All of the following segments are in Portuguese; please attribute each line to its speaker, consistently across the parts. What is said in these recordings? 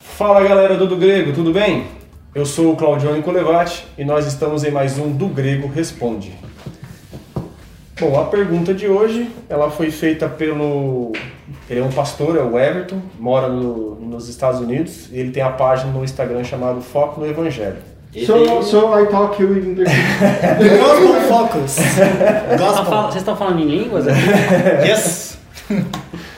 Speaker 1: Fala galera do Do Grego, tudo bem? Eu sou o Claudione Colevati e nós estamos em mais um Do Grego Responde. Bom, a pergunta de hoje, ela foi feita pelo... Ele é um pastor, é o Everton, mora no- nos Estados Unidos e ele tem a página no Instagram chamada Foco no Evangelho.
Speaker 2: So, so I talk you in English.
Speaker 3: Gospel Focus.
Speaker 4: Tá fal-
Speaker 3: Gospel.
Speaker 4: Vocês estão falando em línguas?
Speaker 3: Yes.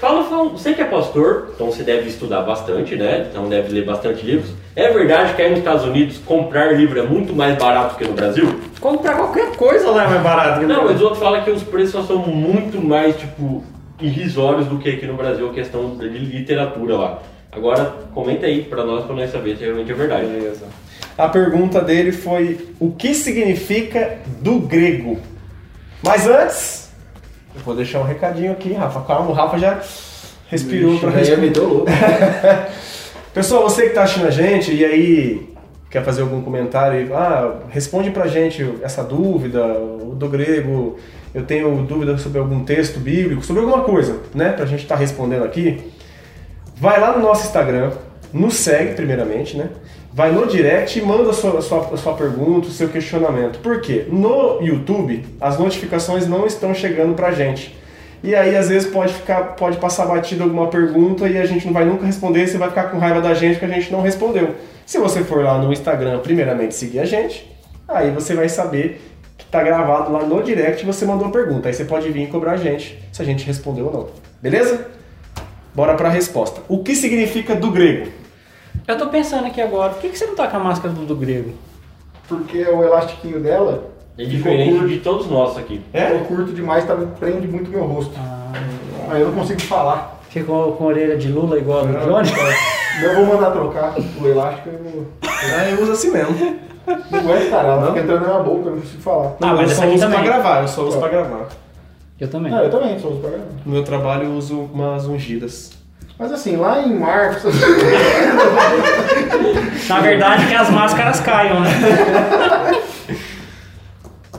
Speaker 5: Fala, fala, você que é pastor, então você deve estudar bastante, né? Então deve ler bastante livros. É verdade que aí nos Estados Unidos comprar livro é muito mais barato que no Brasil?
Speaker 4: Comprar qualquer coisa lá é mais barato. que no
Speaker 5: Não, mas
Speaker 4: Brasil.
Speaker 5: o outro fala que os preços são muito mais, tipo, irrisórios do que aqui no Brasil, a questão de literatura lá. Agora, comenta aí pra nós, pra nós saber se realmente é verdade.
Speaker 1: Beleza. A pergunta dele foi o que significa do grego? Mas antes, eu vou deixar um recadinho aqui, Rafa. Calma, o Rafa já respirou para responder. Pessoal, você que está assistindo a gente e aí quer fazer algum comentário, e, ah, responde pra gente essa dúvida, o do grego, eu tenho dúvida sobre algum texto bíblico, sobre alguma coisa, né, pra gente estar respondendo aqui. Vai lá no nosso Instagram, nos segue primeiramente, né? Vai no direct e manda a sua, a sua, a sua pergunta, o seu questionamento. Por quê? No YouTube, as notificações não estão chegando pra gente. E aí, às vezes, pode ficar, pode passar batida alguma pergunta e a gente não vai nunca responder, e você vai ficar com raiva da gente que a gente não respondeu. Se você for lá no Instagram, primeiramente seguir a gente, aí você vai saber que tá gravado lá no direct e você mandou a pergunta. Aí você pode vir cobrar a gente se a gente respondeu ou não. Beleza? Bora pra resposta. O que significa do grego?
Speaker 4: Eu tô pensando aqui agora, por que, que você não tá com a máscara do, do grego?
Speaker 2: Porque o elastiquinho dela
Speaker 5: É diferente de todos nós aqui.
Speaker 2: é curto demais, tá, prende muito meu rosto. Aí eu não consigo falar.
Speaker 4: Ficou com a orelha de Lula igual a do Johnny?
Speaker 2: Eu vou mandar trocar o elástico eu não.
Speaker 1: Ah, eu uso assim mesmo.
Speaker 2: Não aguento, cara. Ela fica entrando na minha boca, eu não consigo falar.
Speaker 4: Ah, mas
Speaker 1: eu
Speaker 4: essa
Speaker 1: só
Speaker 4: aqui
Speaker 1: uso pra
Speaker 4: também.
Speaker 1: gravar, eu só uso pra gravar.
Speaker 4: Eu também.
Speaker 2: Não, eu também sou propaganda.
Speaker 1: No meu trabalho eu uso umas ungidas.
Speaker 2: Mas assim, lá em março.
Speaker 4: Na verdade, que as máscaras caiam, né?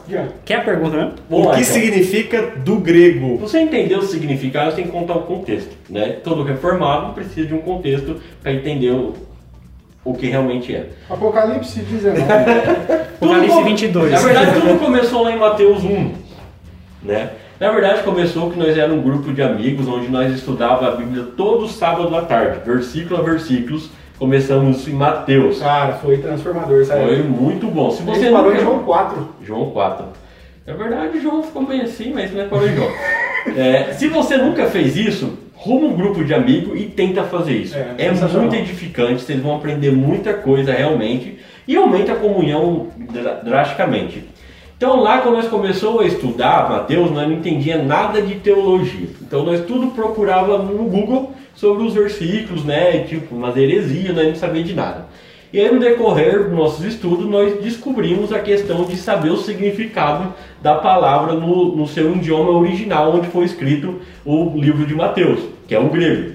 Speaker 2: Já.
Speaker 4: Quer a pergunta né? mesmo?
Speaker 5: Vamos
Speaker 1: o
Speaker 5: lá,
Speaker 1: que
Speaker 5: então.
Speaker 1: significa do grego?
Speaker 5: Você entender o significado, você tem que contar o contexto, né? Todo reformado precisa de um contexto para entender o, o que realmente é.
Speaker 2: Apocalipse 19.
Speaker 4: Apocalipse
Speaker 5: Tudo com-
Speaker 4: 22.
Speaker 5: Na verdade, tudo começou lá em Mateus 1, né? Na verdade, começou que nós era um grupo de amigos onde nós estudava a Bíblia todo sábado à tarde, versículo a versículos. Começamos em Mateus.
Speaker 2: Cara, foi
Speaker 5: Foi
Speaker 2: transformador, sabe?
Speaker 5: muito bom. Se você
Speaker 2: Ele parou em
Speaker 5: nunca-
Speaker 2: João 4.
Speaker 5: João 4. Na verdade, João ficou meio assim, mas não é para o João. É, se você nunca fez isso, ruma um grupo de amigo e tenta fazer isso.
Speaker 2: É,
Speaker 5: É,
Speaker 2: sensacional.
Speaker 5: muito edificante, vocês vão aprender muita coisa realmente e aumenta a comunhão dra- drasticamente. Então lá quando nós começamos a estudar Mateus, nós não entendia nada de teologia. Então nós tudo procurava no Google sobre os versículos, né? Tipo, umas heresias, nós não sabia de nada. E aí no decorrer dos nossos estudos nós descobrimos a questão de saber o significado da palavra no, no seu idioma original onde foi escrito o livro de Mateus, que é o grego.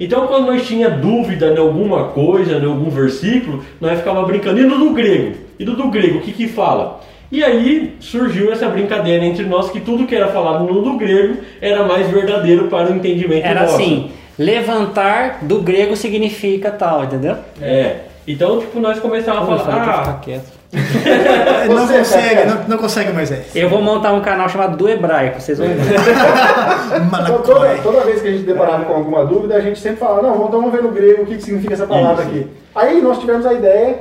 Speaker 5: Então, quando nós tinha dúvida em alguma coisa, em algum versículo, nós ficava brincando, e no do grego? E no do grego, o que que fala? E aí surgiu essa brincadeira entre nós que tudo que era falado no do grego era mais verdadeiro para o entendimento
Speaker 4: Era
Speaker 5: nosso.
Speaker 4: assim, levantar do grego significa tal, entendeu?
Speaker 5: É. Então, tipo, nós começávamos a
Speaker 4: Eu falei pra
Speaker 5: falar,
Speaker 4: ficar
Speaker 5: ah,
Speaker 4: quieto.
Speaker 3: É, Não
Speaker 2: Você,
Speaker 3: consegue,
Speaker 2: cara.
Speaker 3: não, não consegue, é. Moisés.
Speaker 4: Eu vou montar um canal chamado Do Hebraico, vocês vão ver.
Speaker 2: Então, toda,
Speaker 3: Malacói.
Speaker 2: toda vez que a gente deparava com alguma dúvida, a gente sempre falava, não, vamos dar uma ver no grego o que, que significa essa palavra
Speaker 5: Isso.
Speaker 2: aqui. Aí nós tivemos a ideia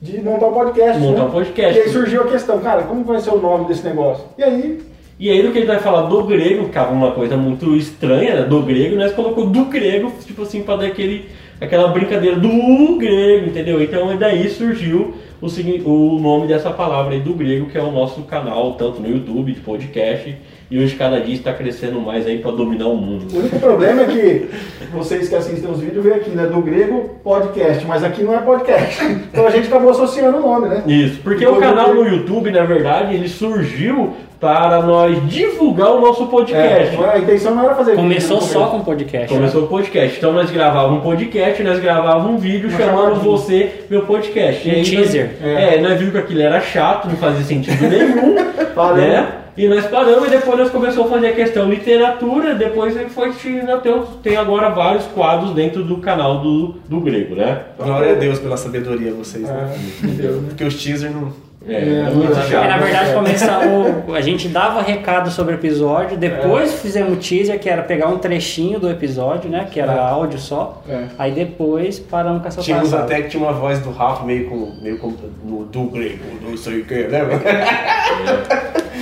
Speaker 2: de montar um podcast.
Speaker 5: Montar
Speaker 2: né?
Speaker 5: um podcast.
Speaker 2: E aí surgiu a questão, cara, como vai ser o nome desse negócio? E aí,
Speaker 5: E aí, no que ele vai falar do grego, ficava uma coisa muito estranha, né? do grego, nós colocou do grego, tipo assim, pra dar aquele, aquela brincadeira do um grego, entendeu? Então, e daí surgiu o, signi- o nome dessa palavra aí do grego, que é o nosso canal, tanto no YouTube, de podcast, e hoje cada dia está crescendo mais aí pra dominar o
Speaker 2: o
Speaker 5: mundo.
Speaker 2: único problema é que vocês que assistem os vídeos veem aqui, né, do grego, podcast, mas aqui não é podcast. Então a gente acabou associando o nome, né?
Speaker 5: Isso, porque o canal no YouTube, na verdade, ele surgiu para nós divulgar o nosso podcast.
Speaker 2: É, não era- a intenção não era fazer vídeo né?
Speaker 4: Começou
Speaker 2: no
Speaker 4: só
Speaker 2: começo.
Speaker 4: com podcast.
Speaker 5: Começou o podcast. Então nós gravávamos um podcast, nós gravávamos um vídeo
Speaker 2: Uma
Speaker 5: chamando
Speaker 2: chamadinha.
Speaker 5: você, meu podcast.
Speaker 4: Um
Speaker 5: aí nós-
Speaker 4: teaser.
Speaker 5: igreja. É. nós vimos que aquilo era chato, não fazia sentido nenhum.
Speaker 2: Paramos.
Speaker 5: né? E nós paramos e depois nós começamos a fazer a questão literatura, depois ele foi ainda tem, tem agora vários quadros dentro do canal do, do grego, né?
Speaker 1: Glória a Deus pela sabedoria vocês, né?
Speaker 2: Entendeu, né?
Speaker 1: Porque os teasers não.
Speaker 5: É, é muito
Speaker 4: É,
Speaker 5: chato.
Speaker 4: na verdade, começa o- a gente dava recado sobre o episódio, depois fizemos o teaser, que era pegar um trechinho do episódio, né? Que era áudio só.
Speaker 2: É.
Speaker 4: Aí depois paramos com essa
Speaker 1: Tínhamos
Speaker 4: parada.
Speaker 1: até que tinha uma voz do Rafa meio com. meio com. do, do grego, não sei o né? que, lembra?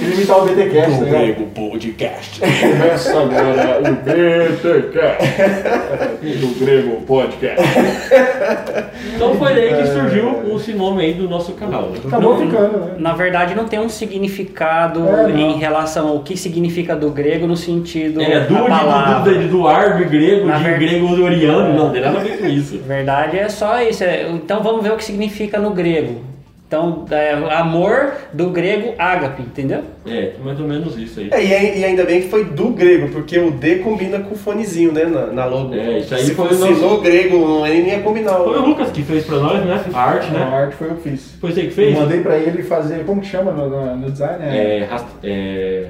Speaker 2: Limitar o BTCast,
Speaker 1: Do
Speaker 2: né?
Speaker 1: grego podcast.
Speaker 2: Começa agora o BTCast. Do Grego Podcast.
Speaker 5: Então foi daí
Speaker 4: É.
Speaker 5: que surgiu esse nome aí do nosso canal.
Speaker 2: Acabou ficando, né?
Speaker 4: Na verdade, não tem um significado
Speaker 2: É, não.
Speaker 4: em relação ao que significa do grego no sentido
Speaker 5: É,
Speaker 4: da
Speaker 5: Dude,
Speaker 4: palavra.
Speaker 5: Duda, de Duarte, grego,
Speaker 4: Na É.
Speaker 5: de
Speaker 4: ver-
Speaker 5: grego do Oriano, não tem nada a ver com isso.
Speaker 4: Na verdade, é só isso. é, então vamos ver o que significa no grego. Então, é, amor do grego ágape, entendeu?
Speaker 5: É, mais ou menos isso aí.
Speaker 1: É, e, ai- e ainda bem que foi do grego, porque o D combina com o fonezinho, né? Na, na logo.
Speaker 5: É, isso aí
Speaker 1: Se
Speaker 5: foi
Speaker 1: fosse
Speaker 5: o nosso-
Speaker 1: no grego, ele nem ia combinar.
Speaker 5: Foi o Lucas que fez pra nós, né? A arte,
Speaker 2: A
Speaker 5: né?
Speaker 2: arte foi eu que fiz.
Speaker 5: Foi você que fez?
Speaker 2: Mandei pra ele fazer, como que chama no, no- no design? É,
Speaker 5: É, rast- é,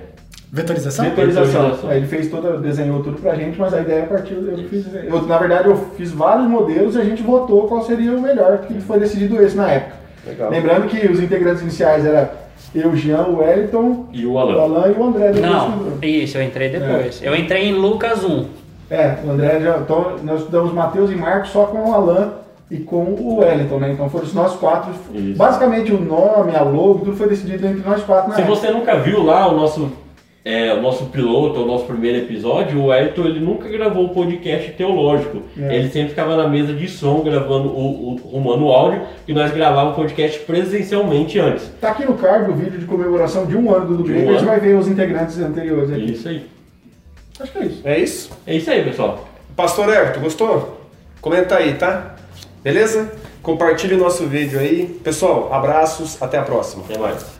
Speaker 3: Vetorização?
Speaker 5: vetorização.
Speaker 2: Aí ele fez toda, desenhou tudo pra gente, mas a ideia partiu, eu que fiz. Eu, na verdade, eu fiz vários modelos e a gente votou qual seria o melhor, porque foi decidido esse na época.
Speaker 1: Legal.
Speaker 2: Lembrando que os integrantes iniciais eram eu, Jean, o Wellington,
Speaker 5: E o
Speaker 2: o
Speaker 5: Alan.
Speaker 2: Alan e o André. depois
Speaker 4: Não,
Speaker 2: que-
Speaker 4: isso, eu entrei depois. Eu entrei em Lucas 1.
Speaker 2: É, o André já. Então, nós estudamos Matheus e Marcos só com o Alan e com o Wellington, né? Então foram nós quatro.
Speaker 5: Isso.
Speaker 2: Basicamente o nome, a logo, tudo foi decidido entre nós quatro na
Speaker 5: Se
Speaker 2: época.
Speaker 5: você nunca viu lá o nosso, é, o nosso piloto, o nosso primeiro episódio, o Elton ele nunca gravou o podcast teológico.
Speaker 2: É.
Speaker 5: Ele sempre ficava na mesa de som gravando o, o rumando o áudio e nós gravávamos o podcast presencialmente antes.
Speaker 2: Tá aqui no card o vídeo de comemoração de um ano
Speaker 5: De
Speaker 2: do
Speaker 5: um
Speaker 2: Grego. A gente
Speaker 5: ano.
Speaker 2: vai ver os integrantes anteriores
Speaker 5: É
Speaker 2: aqui.
Speaker 5: isso aí.
Speaker 2: Acho que é isso.
Speaker 1: É isso?
Speaker 5: É isso aí, pessoal.
Speaker 1: Pastor Everton, gostou? Comenta aí, tá? Beleza? Compartilhe o nosso vídeo aí. Pessoal, abraços, até a próxima.
Speaker 5: Até mais.